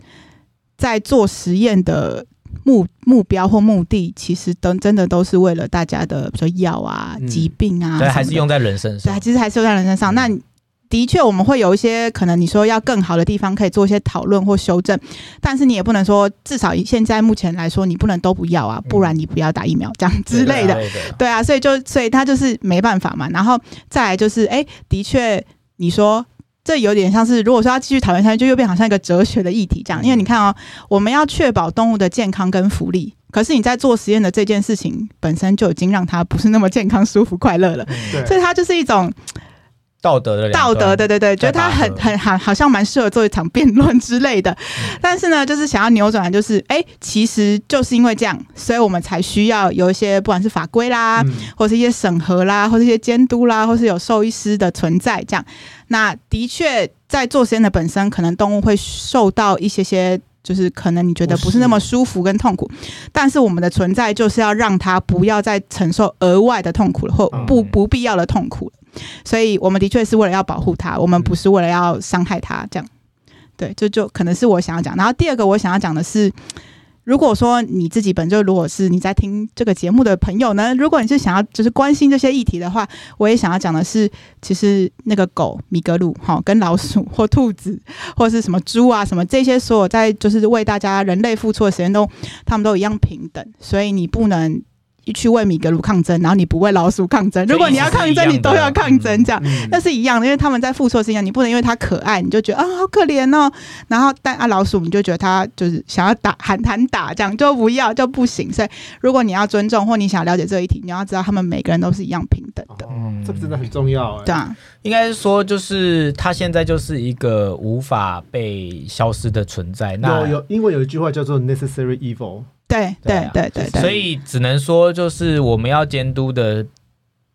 Speaker 4: 在做实验的。目目标或目的，其实都真的都是为了大家的，比如说药啊、
Speaker 2: 嗯
Speaker 4: 疾病啊，
Speaker 3: 对，
Speaker 4: 什么
Speaker 3: 还是
Speaker 4: 的
Speaker 3: 用嗯在人身
Speaker 4: 对，
Speaker 3: 上。
Speaker 4: 其实还是在人身上。那你的确，我们会有一些可能你说要更好的地方，可以做一些讨论或修正，但是你也不能说，至少以现在目前来说，你不能都不要啊，不然你不要打疫苗这样之类的。
Speaker 3: 嗯对对对
Speaker 4: 对啊，所以就所以他就是没办法嘛。然后再来就是，哎、的确，你说这有点像是，如果说要继续讨论下去，就又变好像一个哲学的议题
Speaker 3: 嗯
Speaker 4: 这样。因为你看哦，我们要确保动物的健康跟福利，可是你在做实验的这件事情本身就已经让它不是那么健康、舒服、快乐了，
Speaker 2: 对
Speaker 4: 所以它就是一种
Speaker 3: 道德的两
Speaker 4: 道
Speaker 3: 端
Speaker 4: 德，对对对，觉
Speaker 3: 在
Speaker 4: 得他
Speaker 3: 拔
Speaker 4: 很
Speaker 3: 河
Speaker 4: 很好，好像蛮适合做一场辩论之类的。
Speaker 3: 嗯
Speaker 4: 但是呢，就是想要扭转，就是哎、其实就是因为这样，所以我们才需要有一些不管是法规啦，
Speaker 2: 嗯
Speaker 4: 或是一些审核啦，或是一些监督啦，或是有兽医师的存在，这样。那的确，在做实验的本身，可能动物会受到一些些。就是可能你觉得
Speaker 2: 不
Speaker 4: 不
Speaker 2: 适
Speaker 4: 是那么舒服跟痛苦，但是我们的存在就是要让它不要再承受额外的痛苦了，或
Speaker 2: 嗯
Speaker 4: 不不必要的痛苦了所以我们的确是为了要保护它，我们不是为了要伤害它。这样，对，这就可能是我想要讲。然后第二个我想要讲的是，如果说你自己本就如果是你在听这个节目的朋友呢，如果你是想要就是关心这些议题的话，我也想要讲的是，其实那个狗米格鲁哈跟老鼠 或兔子或是什么猪啊什么这些所有在就是为大家人类付出的实验都，他们都一样平等，所以你不能。去为米格鲁抗争，然后你不为老鼠抗争。
Speaker 3: 所以
Speaker 4: 如果你要抗争，
Speaker 3: 意思是一样的
Speaker 4: 你都要抗争，这样。
Speaker 2: 嗯
Speaker 4: 啊那是一样的，因为他们在付出的是一样，你不能因为它可爱你就觉得啊好可怜哦，然后但啊老鼠你就觉得它就是想要打喊喊打这样就不要就不行，所以如果你要尊重或你想了解这一题，你要知道他们每个人都是一样平等的，
Speaker 2: 哦这个真的很重要哎，
Speaker 4: 对啊，
Speaker 3: 应该是说，就是它现在就是一个无法被消失的存在。那
Speaker 2: 有有，英文有一句话叫做 necessary evil，
Speaker 4: 对
Speaker 3: 对
Speaker 4: 对
Speaker 3: 啊
Speaker 4: 对对对，
Speaker 3: 所以只能说，就是我们要监督的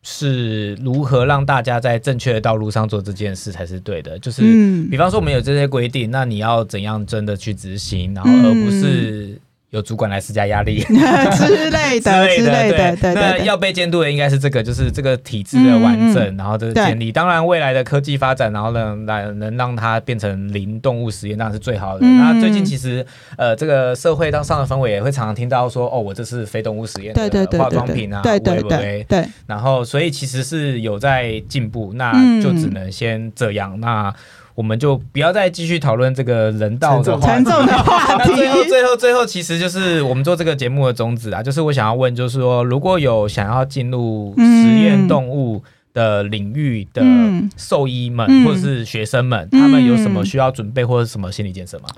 Speaker 3: 是如何让大家在正确的道路上做这件事才是对的。就是、
Speaker 4: 嗯
Speaker 3: 比方说，我们有这些规定，那你要怎样真的去执行，然后
Speaker 4: 嗯
Speaker 3: 而不是有主管来施加压力。
Speaker 4: 之 类
Speaker 3: 之
Speaker 4: 的
Speaker 3: 类
Speaker 4: 之类的，对对
Speaker 3: 那
Speaker 4: 对，嗯
Speaker 3: 要被监督的应该是这个，就是这个体制的完整，然后这个
Speaker 4: 对
Speaker 3: 建立。当然，未来的科技发展，然后呢，能能让它变成零动物实验，当然是最好的。
Speaker 4: 嗯
Speaker 3: 那最近其实呃，这个社会当上的氛围也会常常听到说，哦，我这是非动物实验
Speaker 4: 对对
Speaker 3: 的
Speaker 4: 对
Speaker 3: 化
Speaker 4: 对
Speaker 3: 妆
Speaker 4: 对
Speaker 3: 品啊，
Speaker 4: 对对
Speaker 3: 喂喂
Speaker 4: 对
Speaker 3: 喂
Speaker 4: 对，
Speaker 3: 然后，所以其实是有在进步，那
Speaker 4: 嗯
Speaker 3: 就只能先这样。那我们就不要再继续讨论这个人道的话
Speaker 4: 沉
Speaker 3: 题。
Speaker 4: 重的话
Speaker 3: 那啊
Speaker 4: 题，
Speaker 3: 最后，最后，最后，其实就是我们做这个节目的宗旨啊，就是我想要问，就是说，如果有想要进入实验动物的领域的
Speaker 4: 嗯
Speaker 3: 兽医们、
Speaker 4: 嗯
Speaker 3: 或者是学生们，他们有什么需要准备或者什么心理建设吗？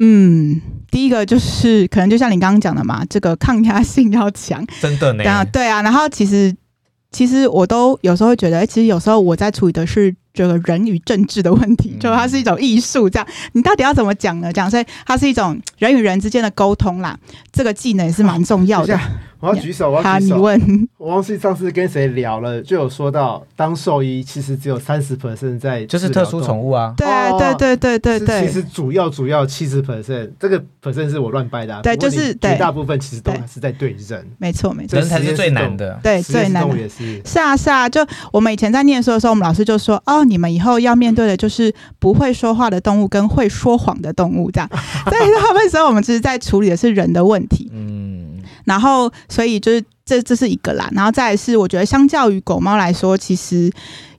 Speaker 4: 嗯，第一个就是可能就像你刚刚讲的嘛，这个抗压性要强，
Speaker 3: 真的呢？
Speaker 4: 对啊，对啊，然后其实其实我都有时候会觉得，哎，其实有时候我在处理的是这个人与政治的问题，
Speaker 3: 嗯
Speaker 4: 就它是一种艺术，这样你到底要怎么讲呢？讲，所以它是一种人与人之间的沟通啦，这个技能也是蛮重要的
Speaker 2: 等一。我要举手，我
Speaker 4: 好，
Speaker 2: 要举
Speaker 4: 你
Speaker 2: 手。
Speaker 4: 问，
Speaker 2: 我忘记上次跟谁聊了，就有说到当兽医其实只有三十 percent 在
Speaker 3: 就是特殊宠物
Speaker 2: 物，
Speaker 3: 啊，
Speaker 4: 对啊，
Speaker 2: 哦
Speaker 4: 对对对对
Speaker 2: 是
Speaker 4: 对
Speaker 2: 其，实主要主要七十 percent 这个 percent 是我乱掰的啊、
Speaker 4: 对
Speaker 2: 不过你
Speaker 4: 就是对
Speaker 2: 绝大部分其实都
Speaker 4: 对
Speaker 2: 还是在对人，
Speaker 4: 没错没错，
Speaker 2: 这
Speaker 3: 人才是最难的。
Speaker 4: 对
Speaker 2: 实验
Speaker 4: 最
Speaker 2: 室
Speaker 4: 难
Speaker 2: 动
Speaker 4: 的
Speaker 2: 物。也是。
Speaker 4: 是啊，是啊，就我们以前在念书的时候，我们老师就说：“哦，你们以后要面对的就是不会说话的动物跟会说谎的动物，这样。” 所以大部分时候我们其实在处理的是人的问题，
Speaker 3: 嗯，
Speaker 4: 然后所以就是这这是一个啦，然后再来是我觉得相较于狗猫来说，其实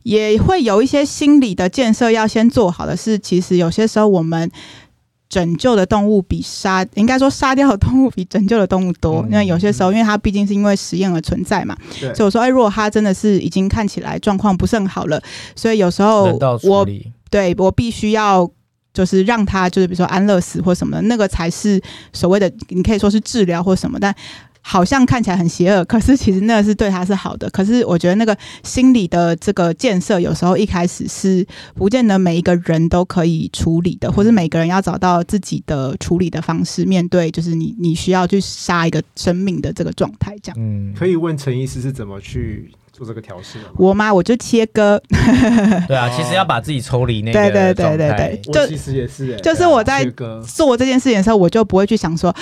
Speaker 4: 也会有一些心理的建设要先做好的是，其实有些时候我们。拯救的动物比杀，应该说杀掉的动物比拯救的动物多，
Speaker 3: 嗯
Speaker 4: 因为有些时候，因为它毕竟是因为实验而存在嘛，
Speaker 2: 对
Speaker 4: 所以我说，哎，如果它真的是已经看起来状况不是很好了，所以有时候
Speaker 3: 人道处
Speaker 4: 哦我
Speaker 3: 理，
Speaker 4: 对我必须要就是让他就是比如说安乐死或什么的，那个才是所谓的你可以说是治疗或什么，但好像看起来很邪恶，可是其实那是对他是好的。可是我觉得那个心理的这个建设，有时候一开始是不见得每一个人都可以处理的，或是每个人要找到自己的处理的方式，面对就是你你需要去杀一个生命的这个状态，这样。
Speaker 3: 嗯，
Speaker 2: 可以问陈医师是怎么去做这个调试的吗？
Speaker 4: 我妈我就切割，
Speaker 3: 对啊，
Speaker 2: 哦
Speaker 3: 其实要把自己抽离那个
Speaker 4: 对对对
Speaker 3: 状态
Speaker 4: 对对
Speaker 2: 我
Speaker 4: 就
Speaker 2: 其实也是、欸，
Speaker 4: 就是我在
Speaker 2: 这个
Speaker 4: 做这件事情的时候，我就不会去想说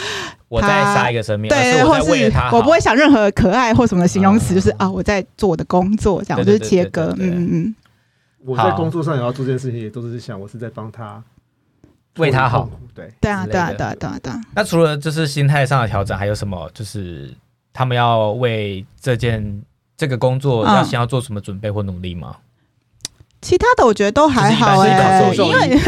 Speaker 3: 我在杀一个生命，而
Speaker 4: 对，
Speaker 3: 是我
Speaker 4: 或
Speaker 3: 在为了他好，
Speaker 4: 我不会想任何可爱或什么的形容
Speaker 3: 啊
Speaker 4: 词，就是啊，我在做我的工作，这样我
Speaker 3: 对
Speaker 4: 就
Speaker 3: 对
Speaker 4: 是切割，
Speaker 3: 对对对对
Speaker 4: 嗯嗯，
Speaker 2: 我在
Speaker 3: 好
Speaker 2: 工作上也要做这件事情，也都是想我是在帮他
Speaker 3: 为他好
Speaker 2: 脱离痛苦。对，
Speaker 4: 对啊，
Speaker 3: 之类
Speaker 4: 对啊，
Speaker 3: 的
Speaker 4: 对啊，对啊，对啊，
Speaker 3: 那除了就是心态上的调整，还有什么？就是他们要为这件这个工作
Speaker 4: 嗯
Speaker 3: 要先要做什么准备或努力吗？
Speaker 4: 其他的我觉得都还好
Speaker 3: 就是一般嗯
Speaker 4: 哎、
Speaker 3: 是一般
Speaker 4: 因为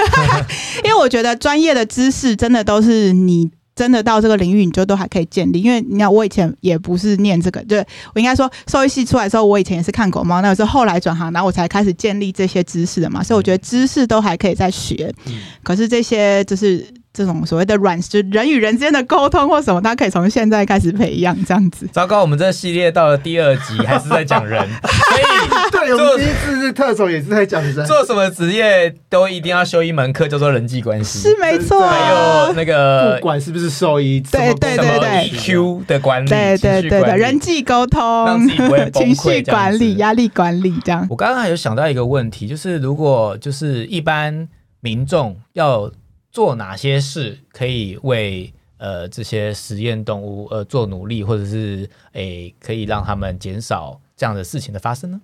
Speaker 4: 因为我觉得专业的知识真的都是你。真的到这个领域，你就都还可以建立，因为你看我以前也不是念这个，就是我应该说兽医系出来的时候，我以前也是看狗猫，那我是后来转行，然后我才开始建立这些知识的嘛，所以我觉得知识都还可以再学，
Speaker 2: 嗯，
Speaker 4: 可是这些就是这种所谓的软，就是人与人之间的沟通或什么，他可以从现在开始培养这样子。
Speaker 3: 糟糕，我们这系列到了第二集还是在讲 人，所以
Speaker 2: 对，我们第一次是特种，也是在讲人，
Speaker 3: 做什么职业都一定要修一门课，叫做人际关系，
Speaker 4: 是没错
Speaker 3: 还有
Speaker 4: 啊，
Speaker 3: 那
Speaker 2: 不
Speaker 3: 个
Speaker 2: 管是不是兽医，
Speaker 4: 对对
Speaker 3: 什么
Speaker 4: 对对
Speaker 3: EQ 的管理，
Speaker 4: 对对
Speaker 3: 嗯情绪
Speaker 4: 对
Speaker 3: 管
Speaker 4: 对，
Speaker 3: 理
Speaker 4: 人际沟
Speaker 3: 让
Speaker 4: 通
Speaker 3: 自己不 会、崩
Speaker 4: 情
Speaker 3: 溃
Speaker 4: 绪
Speaker 3: 这样
Speaker 4: 管
Speaker 3: 子
Speaker 4: 理、压力管理这样。
Speaker 3: 我刚刚还有想到一个问题，就是如果就是一般民众要做哪些事，可以为呃这些实验动物呃做努力，或者是诶、可以让他们减少这样的事情的发生呢？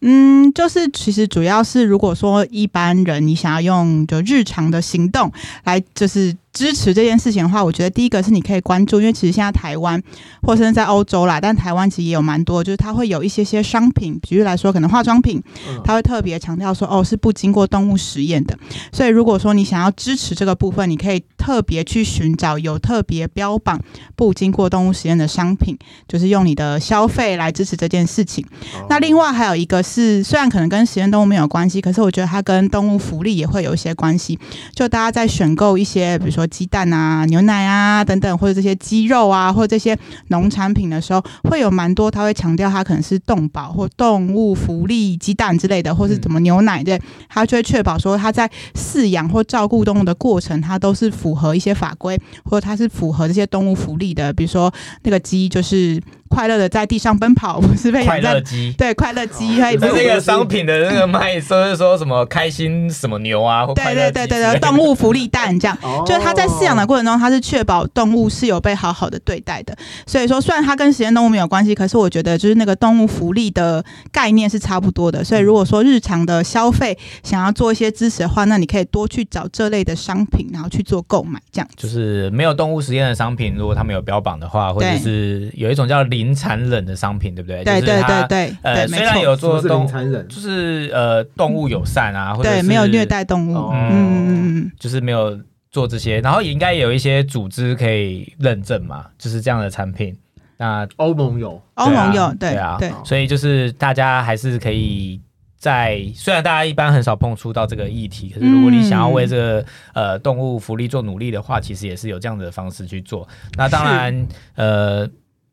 Speaker 4: 嗯，就是其实主要是，如果说一般人你想要用就日常的行动来就是支持这件事情的话，我觉得第一个是你可以关注，因为其实现在台湾或甚至在欧洲啦，但台湾其实也有蛮多，就是它会有一些些商品，比如来说可能化妆品，
Speaker 2: 嗯
Speaker 4: 他会特别强调说，哦，是不经过动物实验的。所以如果说你想要支持这个部分，你可以特别去寻找有特别标榜不经过哦动物实验的商品，就是用你的消费来支持这件事情。那另外还有一个是虽然可能跟实验动物没有关系，可是我觉得它跟动物福利也会有一些关系。就大家在选购一些，比如说鸡蛋啊、牛奶啊等等，或者这些鸡肉啊，或者这些农产品的时候，会有蛮多它会强调它可能是动保或动物福利鸡蛋之类的，或是怎么牛奶啊对，它就会确保说它在饲养或照顾动物的过程，它都是符合一些法规，或者它是符合这些动物福利的，比如说那个鸡就是快乐的在地上奔跑，不是被
Speaker 3: 快
Speaker 4: 养在
Speaker 3: 乐鸡。
Speaker 4: 对，快乐鸡还有
Speaker 2: 对
Speaker 3: 在
Speaker 2: 对
Speaker 3: 那
Speaker 2: 对
Speaker 3: 个商品的那个卖，说是说什么开心什么牛啊，或快
Speaker 4: 对
Speaker 3: 乐
Speaker 4: 对
Speaker 3: 鸡之
Speaker 4: 对对
Speaker 3: 类
Speaker 4: 对，
Speaker 3: 的
Speaker 4: 动物福利蛋这样。
Speaker 2: 哦
Speaker 4: 就是它在饲养的过程中，它是确保动物是有被好好的对待的。所以说，虽然它跟实验动物没有关系，可是我觉得就是那个动物福利的概念是差不多的。所以如果说日常的消费想要做一些支持的话，那你可以多去找这类的商品，然后去做购买，这样
Speaker 3: 就
Speaker 4: 子。
Speaker 3: 是没有动物实验的商品，如果他们有标榜的话，或者
Speaker 4: 对
Speaker 3: 是有一种叫零残忍的商品，对不对？
Speaker 4: 对
Speaker 3: 哎就是
Speaker 4: 对
Speaker 3: 它
Speaker 4: 对对对，
Speaker 3: 呃，
Speaker 4: 没
Speaker 3: 虽然
Speaker 4: 错，
Speaker 3: 有
Speaker 2: 什么
Speaker 3: 做
Speaker 2: 是零
Speaker 3: 动，
Speaker 2: 残忍？
Speaker 3: 就是呃动物友善啊，或者
Speaker 4: 嗯对
Speaker 3: 是
Speaker 4: 没有虐，待动物
Speaker 2: 哦。
Speaker 4: 嗯嗯嗯
Speaker 3: 就是没有做这些，然后也应该有一些组织可以认证嘛，就是这样的产品。那
Speaker 2: 欧盟有，
Speaker 4: 嗯，欧盟
Speaker 3: 对啊
Speaker 4: 有对
Speaker 3: 对啊
Speaker 4: 对
Speaker 3: 所以就是大家还是可以在，虽然大家一般很少碰触到这个议题，可是如果你想要为这个、
Speaker 4: 嗯
Speaker 3: 呃动物福利做努力的话，其实也是有这样的方式去做。那当然，呃。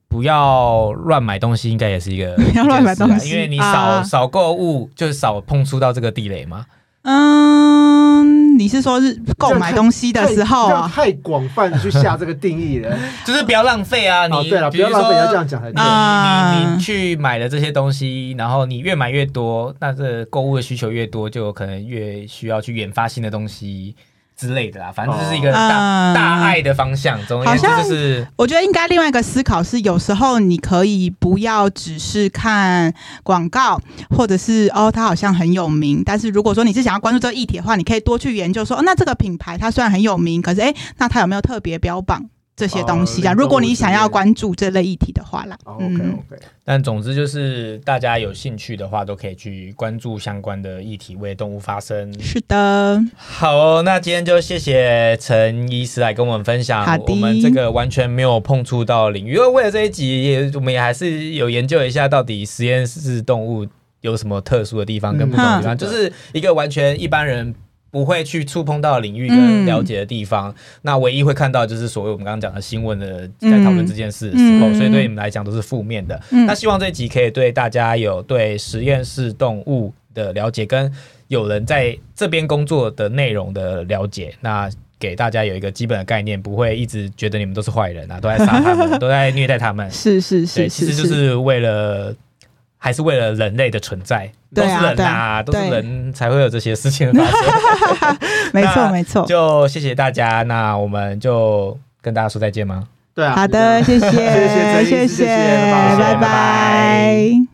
Speaker 3: 不要乱买东西，应该也是一个
Speaker 4: 不要乱买东西
Speaker 3: 一件事啊因为你少、
Speaker 4: 啊
Speaker 3: 少购物，就是少碰触到这个地雷嘛。
Speaker 4: 嗯，你是说是购买东西的时候
Speaker 2: 这样
Speaker 4: 啊？
Speaker 2: 太广泛地去下这个定义了。
Speaker 3: 就是不要浪费啊！ 你、
Speaker 2: 哦，对了，不
Speaker 3: 比如
Speaker 2: 要浪费，
Speaker 3: 说
Speaker 2: 要这样讲才对。
Speaker 4: 啊
Speaker 3: 你你你去买了这些东西，然后你越买越多，那这购物的需求越多，就有可能越需要去研发新的东西之类的啦。反正这是一个大、
Speaker 4: 嗯
Speaker 3: 大爱的方向，总而言之
Speaker 4: 好像
Speaker 3: 就是
Speaker 4: 我觉得应该另外一个思考是，有时候你可以不要只是看广告，或者是哦，它好像很有名。但是如果说你是想要关注这个议题的话，你可以多去研究说，哦，那这个品牌它虽然很有名，可是诶，那它有没有特别标榜这些东西啊？
Speaker 2: 哦
Speaker 4: 如果你想要关注这类议题的话啦，
Speaker 2: 哦
Speaker 4: 嗯，
Speaker 2: OK OK，
Speaker 3: 但总之就是大家有兴趣的话，都可以去关注相关的议题，为动物发声。
Speaker 4: 是的，
Speaker 3: 好哦、那今天就谢谢陈医师来跟我们分享
Speaker 4: 好的
Speaker 3: 我们这个完全没有碰触到的领域，因为为了这一集也我们也还是有研究一下到底实验室动物有什么特殊的地方跟不同的地方，
Speaker 2: 嗯
Speaker 3: 就是一个完全一般人。不会去触碰到的领域
Speaker 4: 嗯
Speaker 3: 跟了解的地方，那唯一会看到就是所谓我们刚刚讲的新闻的在讨论这件事的时候，
Speaker 4: 嗯嗯嗯
Speaker 3: 所以对你们来讲都是负面的。
Speaker 4: 嗯
Speaker 3: 那希望这一集可以对大家有对实验室动物的了解，跟有人在这边工作的内容的了解，那给大家有一个基本的概念，不会一直觉得你们都是坏人啊，都在杀他 们，都在虐待他们。
Speaker 4: 是是
Speaker 3: 对，
Speaker 4: 是
Speaker 3: 其
Speaker 4: 是
Speaker 3: 实就是为了。还是为了人类的存在，都
Speaker 4: 对
Speaker 3: 是
Speaker 4: 啊
Speaker 3: 人
Speaker 4: 对
Speaker 3: 啊，
Speaker 4: 啊
Speaker 3: 都是
Speaker 4: 对
Speaker 3: 人才会有这些事情发 生。
Speaker 4: 没
Speaker 3: 那
Speaker 4: 错没错。
Speaker 3: 就谢谢大家，那我们就跟大家说再见吗？
Speaker 2: 对啊。
Speaker 4: 好的，谢谢
Speaker 2: 谢谢陈医师谢
Speaker 4: 谢
Speaker 2: 谢
Speaker 4: 谢，
Speaker 2: 拜
Speaker 3: 拜
Speaker 4: 拜拜。